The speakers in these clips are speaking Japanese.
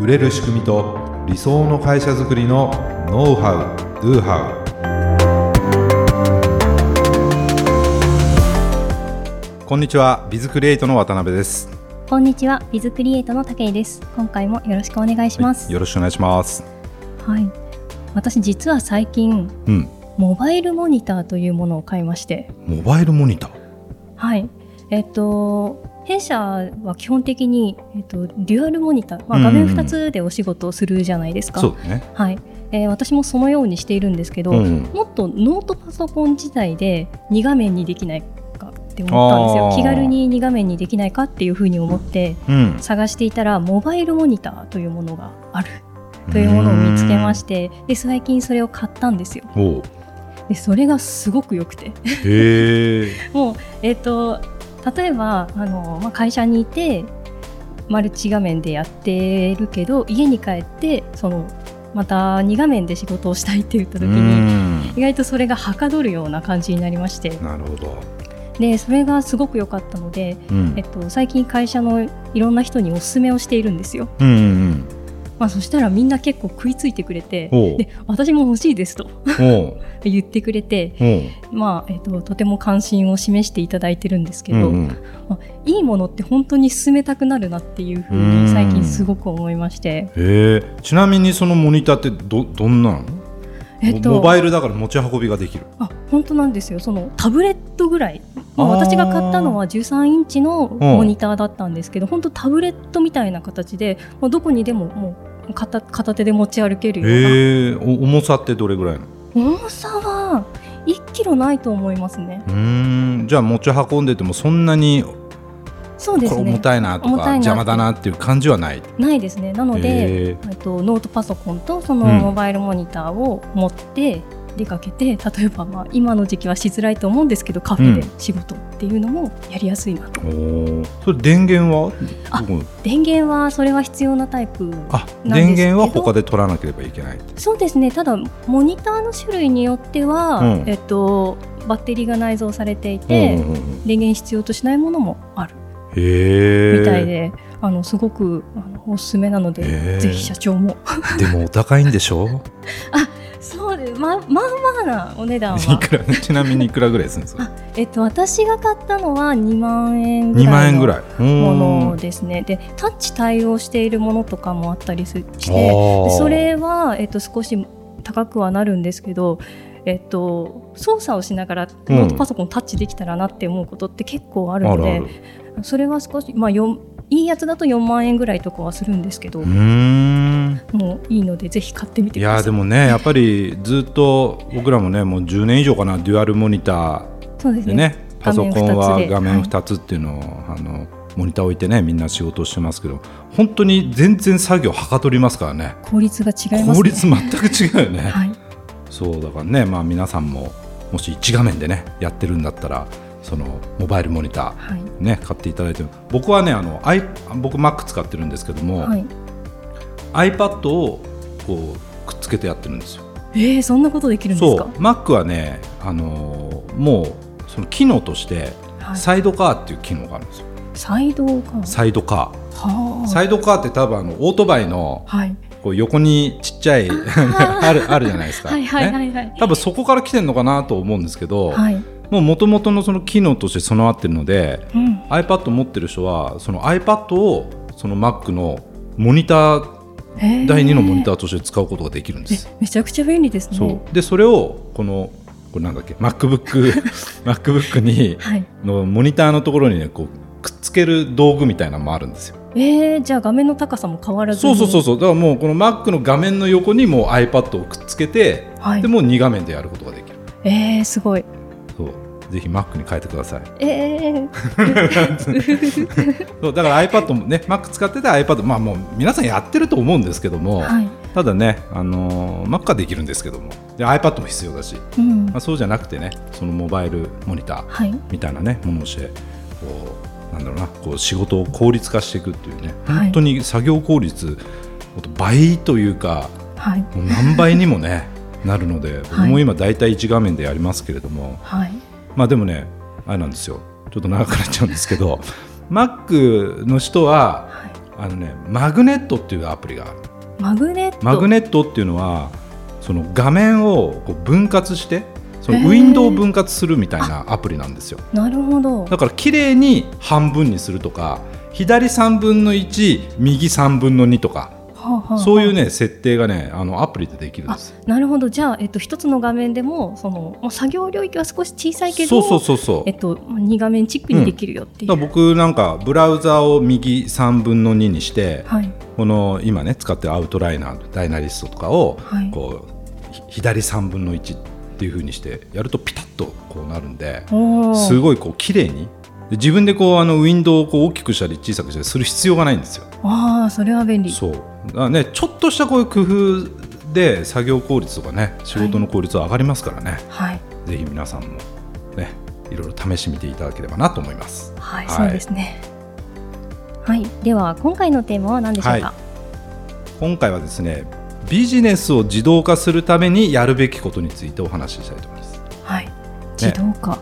売れる仕組みと理想の会社づくりのノウハウ・ドゥハウこんにちはビズクリエイトの渡辺ですこんにちは、ビズクリエイトの武井です。今回もよろしくお願いします。よろしくお願いしますはい、私実は最近うんモバイルモニターというものを買いまして、モバイルモニターはい、えっと弊社は基本的にえっとデュアルモニター、まあうん画面2つでお仕事をするじゃないですか。そうだねはい、えー私もそのようにしているんですけど、うんもっとノートパソコン自体で2画面にできないかって思ったんですよあ。ー気軽に2画面にできないかっていうふうに思って。うん探していたらモバイルモニターというものがあるというものを見つけましてで最近それを買ったんですよおおうでそれがすごく良くて へえもうえっ、と例えばあの、まあ、会社にいてマルチ画面でやってるけど家に帰ってそのまた2画面で仕事をしたいって言 った時に意外とそれがはかどるような感じになりましてなるほど、でそれがすごく良かったので、うんえっと、最近会社のいろんな人におすすめをしているんですよ。うんうんまあ、そしたらみんな結構食いついてくれておうで私も欲しいですとうんおう言ってくれて、おうま あえっととても関心を示していただいてるんですけうど、んうんいいものって本当に勧めたくなるなっていうふううんに最近すごく思いまして、へえちなみにそのモニターってどどんなの、えっと、モモバイルだから持ち運びができるあ本当なんですよそのタブレットぐらい、まあ、あー私が買ったのは13インチのモニターだったんですけど本当タブレットみたいな形でもうどこにでももう片片手で持ち歩けるような、へえお重さってどれぐらいの重さは1キロないと思いますね。うーんじゃあ持ち運んでてもそんなにこそうでれす重ね。たいなと重かたいなって邪魔だなっていう感じはないないですね。なので、へええっとノートパソコンとそのうんモバイルモニターを持って出かけて、例えばまあ今の時期はしづらいと思うんですけど、カフェで仕事っていうのもやりやすいなと。おーそれ電源はあどこ電源はそれは必要なタイプ。あど電源は他で取らなければいけないそうですね。ただモニターの種類によっては、うんえっとバッテリーが内蔵されていて、うんうんうん電源必要としないものもあるへえみたいで、あのすごくあのおすすめなので、へえぜひ社長も。でもお高いんでし ょそうです。ままあまあなお値段いは。くら ちなみにいくらぐらいするんですかあえっと、私が買ったのは2万円ぐ2万らい円ぐのらいもものですねでタッチ対応しているものとかもあったりすしてでそそれは、えっと、少し高くはなるんですけど、えっと、操作をしながらうんノートパソコンタッチできたらなって思うことって結構あるあのるであるそれは少し、まあ、よいいやつだと4万円ぐらいとかはするんですけど、うーんもういいのでぜひ買ってみていください。やーでもねやっぱりずっと僕らもねもう10年以上かなデュアルモニタそうでーすでねねパソコンは画画面面二つで2つっていうのを、あのモニター置いてねみんな仕事をしてますけど本当に全然作業はかどりますからね効率が違いますね。効率全く違うよね、はいそうだからねまあ皆さんももし1画面でねやってるんだったらそのモバイルモニタはいーね買っていただいて僕はねあの i 僕 Mac 使ってるんですけども、はい iPad をこうくっつけてやってるんですよえー、そんなことできるんですそかう。Mac はね、あのーもうその機能としてはい、サイドカーっていう機能があるんですよ、サイドか。サイドカはーあ。サイドカーって多分あのオートバイのはい。こう横にちっちゃいあるあるじゃないですか、はいはいはねいはい。多分そこから来てるのかなと思うんですけど、はい。もう元々のその機能として備わってるのでうん。 iPad 持ってる人はその iPad をその Mac のモニターえ第2のモニター。ーとして使うことができるんですえ、めちゃくちゃ便利ですね。そうでそれをこのこれなんだっけ MacBook, MacBook にはい。のモニターのところにねこうくっつける道具みたいなのもあるんですよえー、じゃあ画面の高さも変わらずそうに。そうそうそうだからもうこの Mac の画面の横にもう iPad をくっつけて、はいでもう2画面でやることができるえー、すごい。そうぜひ Mac に変えてくださいえ ー。そうだから iPad もね Mac 使ってた iPad まあもう皆さんやってると思うんですけども、はい。ただね、あのー Mac はできるんですけどもで iPad も必要だし、うん。まあ、そうじゃなくてねそのモバイルモニターはい。みたいなねものをしてこうなんだろうなこう仕事を効率化していくっていうね、はい本当に作業効率ほんと倍というかはい。もう何倍にもねなるので僕はもい今大体1画面でやりますけれども、はい。まあでもね あれなんですよちょっと長くなっちゃうんですけど Mac の人ははい。あのねマグネットっていうアプリがあるマグネットマグネットっていうのはその画面をこう分割してそのへーウィンドウを分割するみたいなアプリなんですよなるほどだから綺麗に半分にするとか左3分の1右3分の2とかはあはあはあそういうね設定がねあのアプリでできるんですなるほどじゃあ、えっと、一つの画面でもそのまあ作業領域は少し小さいけどそうそうそうそうえっと、2画面チックにできるよっていう、だから僕なんかブラウザを右3分の2にしてはいこの今ね使ってるアウトライナーダイナリストとかをはいこうひ左3分の1っていう風にしてやるとピタッとこうなるんでおーすごいこう綺麗にで自分でこうあのウィンドウをこう大きくしたり小さくしたりする必要がないんですよ。ああそれは便利そうだからねちょっとしたこういう工夫で作業効率とかね仕事の効率は上がりますからね、はい、ぜひ皆さんもねいろいろ試してみていただければなと思います。はいはいそうですねはいでは今回のテーマは何でしょうか、は今回はですねビジネスを自動化するためにやるべきことについてお話ししたいと思いますはい、自動化、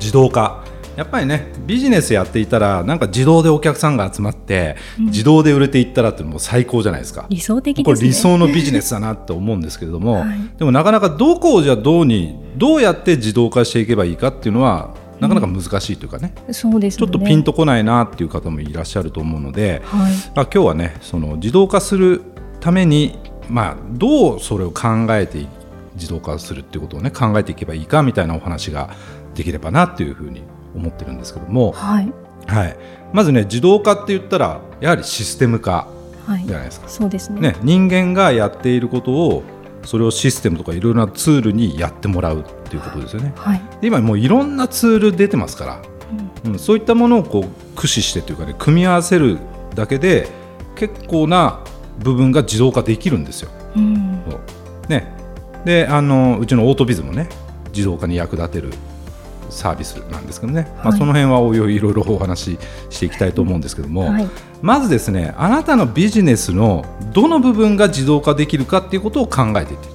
自動化やっぱりねビジネスやっていたらなんか自動でお客さんが集まってうん自動で売れていったらってもう最高じゃないですか、理想的ですねこれ理想のビジネスだなって思うんですけれども、はいでもなかなかどこをじゃあどうにどうやって自動化していけばいいかっていうのはなかなか難しいというかね、そうですちよょっねとピンとこないなっていう方もいらっしゃると思うので、はいまあ、今日はねその自動化するために、まあ、どうそれを考えてい自動化するっていうことをね考えていけばいいかみたいなお話ができればなっていうふうに思ってるんですけども、はいはい、まずね自動化って言ったらやはりシステム化はいじゃないですか。そうですねね、人間がやっていることをそれをシステムとかいろいろなツールにやってもらうっていうことですよね。はい、で今もういろんなツール出てますからうんうん、そういったものをこう駆使してというかね組み合わせるだけで結構な部分が自動化できるんですよ。うんそうね、であのうちのオートビズもね自動化に役立てるサービスなんですけどね、まあ、はいその辺はおいおいいろいろお話ししていきたいと思うんですけども、はいまずですねあなたのビジネスのどの部分が自動化できるかっていうことを考えていって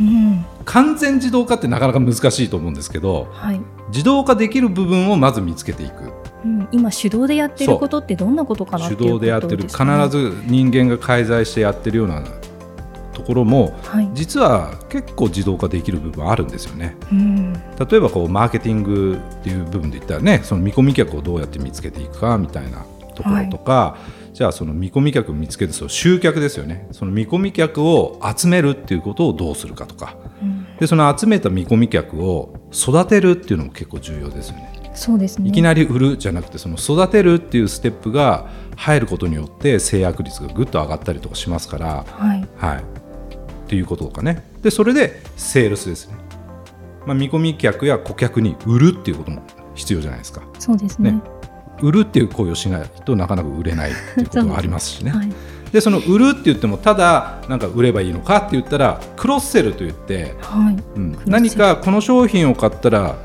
うん完全自動化ってなかなか難しいと思うんですけどはい自動化できる部分をまず見つけていく。うん、今手動でやってそるうことってどんなことかなって手いう動ことでやってる、です必ね、ず人間が介在してやってるようなところもはい、実は結構自動化できる部分あるんですよねうん例えばこうマーケティングっていう部分で言ったらねその見込み客をどうやって見つけていくかみたいなところとか、じゃあその見込み客を見つけるその集客ですよねその見込み客を集めるっていうことをどうするかとかうん、でその集めた見込み客を育てるっていうのも結構重要ですよねそうですねいきなり売るじゃなくてその育てるっていうステップが入ることによって制約率がぐっと上がったりとかしますから、はいはい、っていうこととかねでそれでセールスですね、まあ、見込み客や顧客に売るっていうことも必要じゃないですか、そうですねね売るっていう行為をしないとなかなか売れないっていうことがありますしねはいでその売るって言ってもただなんか売ればいいのかって言ったらクロスセルと言ってはいうんセル何かこの商品を買ったら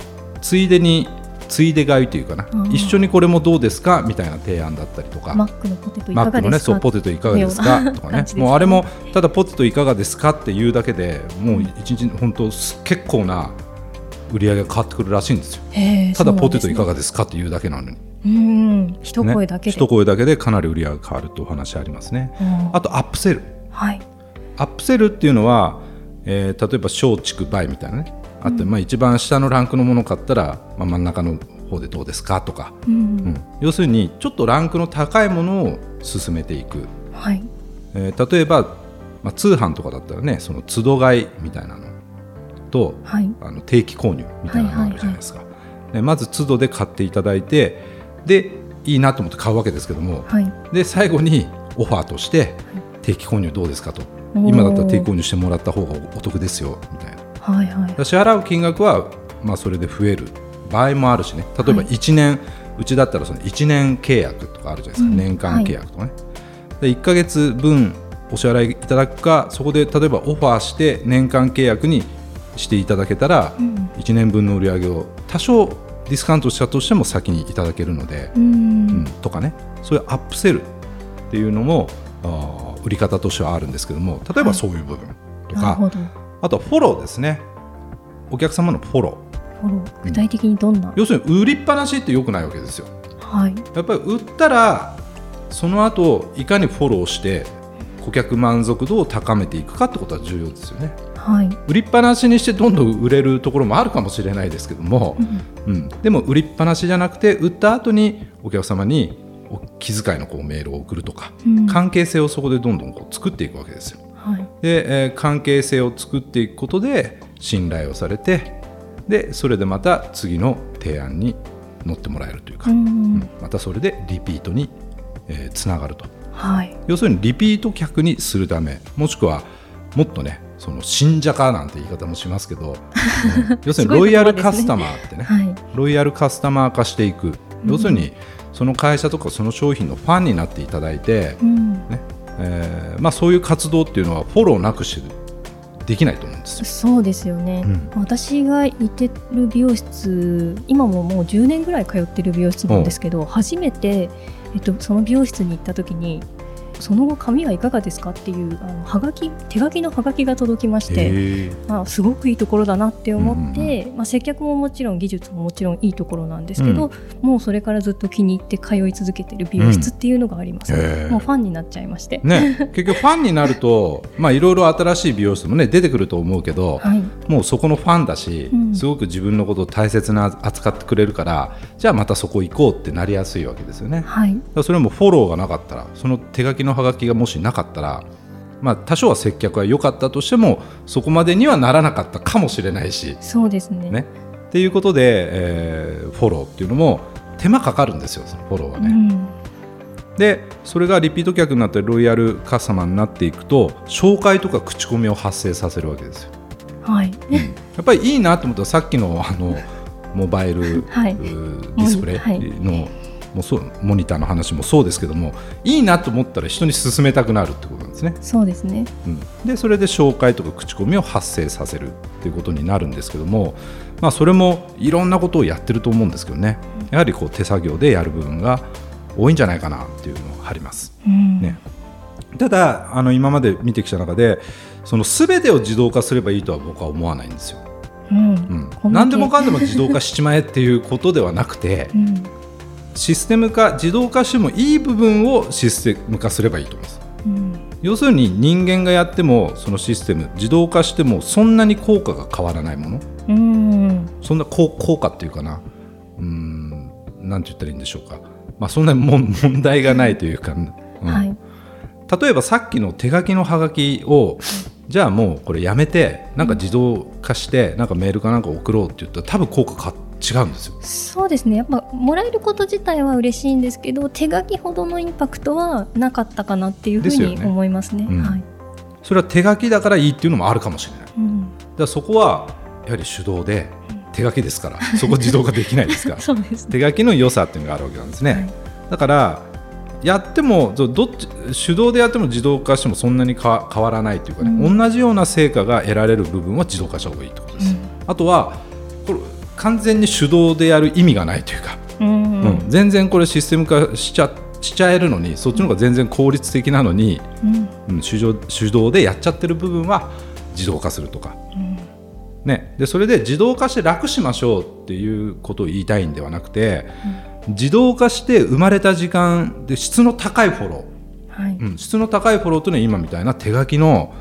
ついでについで買いというかなうん一緒にこれもどうですかみたいな提案だったりとかマックのポテトいマかッがクでのねすかそうポテトいかがですようかなとか感じねですねもうあれもただポテトいかがですかっていうだけでもう一日本当す結構な売り上げが変わってくるらしいんですよへーただポテトいかそうなんがですかっていうだけなのにですねうん一ね声だけで、一声だけでかなり売り上げが変わるとお話ありますねうんあとアップセルはいアップセルっていうのは、えー例えば松竹梅みたいなねあって、まあ、一番下のランクのものを買ったら、まあ、真ん中の方でどうですかとか、うんうん要するにちょっとランクの高いものを進めていく、はいえー例えば、まあ、通販とかだったらねその都度買いみたいなのとはいあの定期購入みたいなのがあるじゃないですか、でまず都度で買っていただいてでいいなと思って買うわけですけども、はいで最後にオファーとして定期購入どうですかとおー今だったら定期購入してもらった方がお得ですよみたいなだかはいはいら支払う金額は、まあ、それで増える場合もあるしね例えばはい1年、うちだったらその1年契約とかあるじゃないですか、うん年間契約とかね、で1ヶ月分お支払いいただくかそこで例えばオファーして年間契約にしていただけたら、うん1年分の売り上げを多少ディスカウントしたとしても先にいただけるので、うんうん、とかねそういうアップセルっていうのもあー売り方としてはあるんですけども例えはばいそういう部分となるか、ほどあとはフォローですねお客様のフォローフォロー具体的にどんな、要するに売りっぱなしって良くないわけですよはいやっぱり売ったらその後いかにフォローして顧客満足度を高めていくかってことは重要ですよね。はい。売りっぱなしにしてどんどん売れるところもあるかもしれないですけども、うん、でも売りっぱなしじゃなくて売った後にお客様にお気遣いのこうメールを送るとか、うん関係性をそこでどんどんこう作っていくわけですよ。はい。で、えー関係性を作っていくことで信頼をされてでそれでまた次の提案に乗ってもらえるというか、うん。またそれでリピートに、えーつながるとはい。要するにリピート客にするためもしくはもっとねその信者化なんて言い方もしますけ ど、うん要するにロイヤルカスタマーってねはい。ロイヤルカスタマー化していく要するにその会社とかその商品のファンになっていただいて、うん。ねえーまあ、そういう活動っていうのはフォローなくしてできないと思うんですよ。そうですよね。うん私がいてる美容室今ももう10年ぐらい通ってる美容室なんですけど初めて、えっと、その美容室に行った時にその後髪はいかがですかっていうあのはがき手書きのはがきが届きまして、へーまあ、すごくいいところだなって思って、まあ、接客ももちろん技術ももちろんいいところなんですけど、もうそれからずっと気に入って通い続けてる美容室っていうのがあります、うんへーもうファンになっちゃいまして、ね、結局ファンになると まあいろいろ新しい美容室も、ね、出てくると思うけど、はい、もうそこのファンだし、うんすごく自分のことを大切な扱ってくれるからじゃあまたそこ行こうってなりやすいわけですよね。だかはい、らそれもフォローがなかったらその手書きのハガキがもしなかったら、まあ、多少は接客は良かったとしてもそこまでにはならなかったかもしれないし。そうですねね、っていうことで、えーフォローっていうのも手間かかるんですよそのフォローはうね。ん、でそれがリピート客になったりロイヤルカスタマーになっていくと紹介とか口コミを発生させるわけですよ。はい、やっぱりいいなと思ったらさっきのあのモバイ ル、はいうーディスプレはいイの、もうそうモニターの話もそうですけどもいいなと思ったら人に勧めたくなるってことなんですね、そうですねうんでそれで紹介とか口コミを発生させるっていうことになるんですけども、まあ、それもいろんなことをやってると思うんですけどねやはりこう手作業でやる部分が多いんじゃないかなっていうのがあります。うんねただあの今まで見てきた中でその全てを自動化すればいいとは僕は思わないんですよ。うんうん、何でもかんでも自動化しちまえっていうことではなくてうんシステム化自動化してもいい部分をシステム化すればいいと思いますうん要するに人間がやってもそのシステム自動化してもそんなに効果が変わらないものうんそんな効効果っていうかなうーんなんて言ったらいいんでしょうか、まあ、そんなにもん 問題がないというか、うんはい例えばさっきの手書きのハガキをじゃあもうこれやめてなんか自動化してなんかメールかなんか送ろうって言ったら多分効果か違うんですよ。そうですねやっぱもらえること自体は嬉しいんですけど手書きほどのインパクトはなかったかなっていうふうですよにね思いますねうんはいそれは手書きだからいいっていうのもあるかもしれない。だかうんらそこはやはり手動で手書きですからそこ自動化できないですからそうですね手書きの良さっていうのがあるわけなんですね。はいだからやってもどどっち手動でやっても自動化してもそんなにか変わらないというかね、うん同じような成果が得られる部分は自動化した方がいいということです、あとはこれ完全に手動でやる意味がないというか、うんうん全然これシステム化しちゃしちゃえるのにそっちの方が全然効率的なのに、うんうん、手動手動でやっちゃってる部分は自動化するとか、うんね、でそれで自動化して楽しましょうっていうことを言いたいんではなくて、自動化して生まれた時間で質の高いフォロはー、いうん、質の高いフォローというのは今みたいな手書きの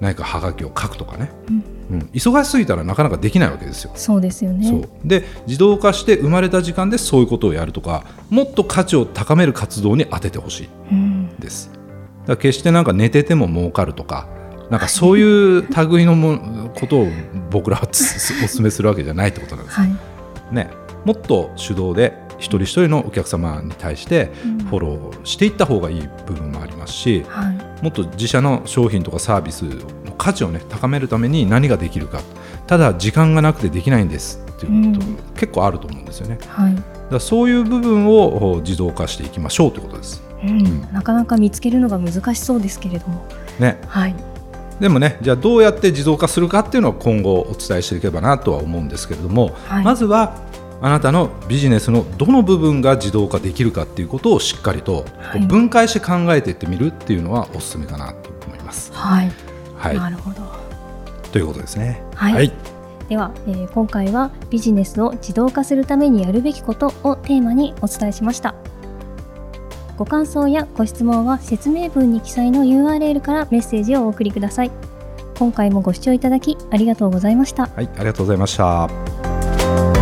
何かハガキを書くとかね、うん忙しすぎたらなかなかできないわけですよ。そうですよそねうで自動化して生まれた時間でそういうことをやるとかもっと価値を高める活動に当ててほしいうんです。だから決してなんか寝てても儲かるとか、なんかそういう類のもことを僕らはつお勧めするわけじゃないってことなんですはいね。もっと手動で一人一人のお客様に対してうんフォローしていった方がいい部分もありますし、はいもっと自社の商品とかサービスの価値をね高めるために何ができるか、ただ時間がなくてできないんですっていうことうん結構あると思うんですよね。はいだからそういう部分をお自動化していきましょうということです。うんなかなか見つけるのが難しそうですけれどもね。はいでもね、じゃあどうやって自動化するかっていうのを今後お伝えしていけばなとは思うんですけれども、はいまずはあなたのビジネスのどの部分が自動化できるかっていうことをしっかりとこうはい分解して考えていってみるっていうのはおすすめかなと思います。はいはい、なるほどということですね。はいでは、えー今回はビジネスを自動化するためにやるべきことをテーマにお伝えしましたご感想やご質問は説明文に記載の URL からメッセージをお送りください今回もご視聴いただきありがとうございましたはい、ありがとうございました。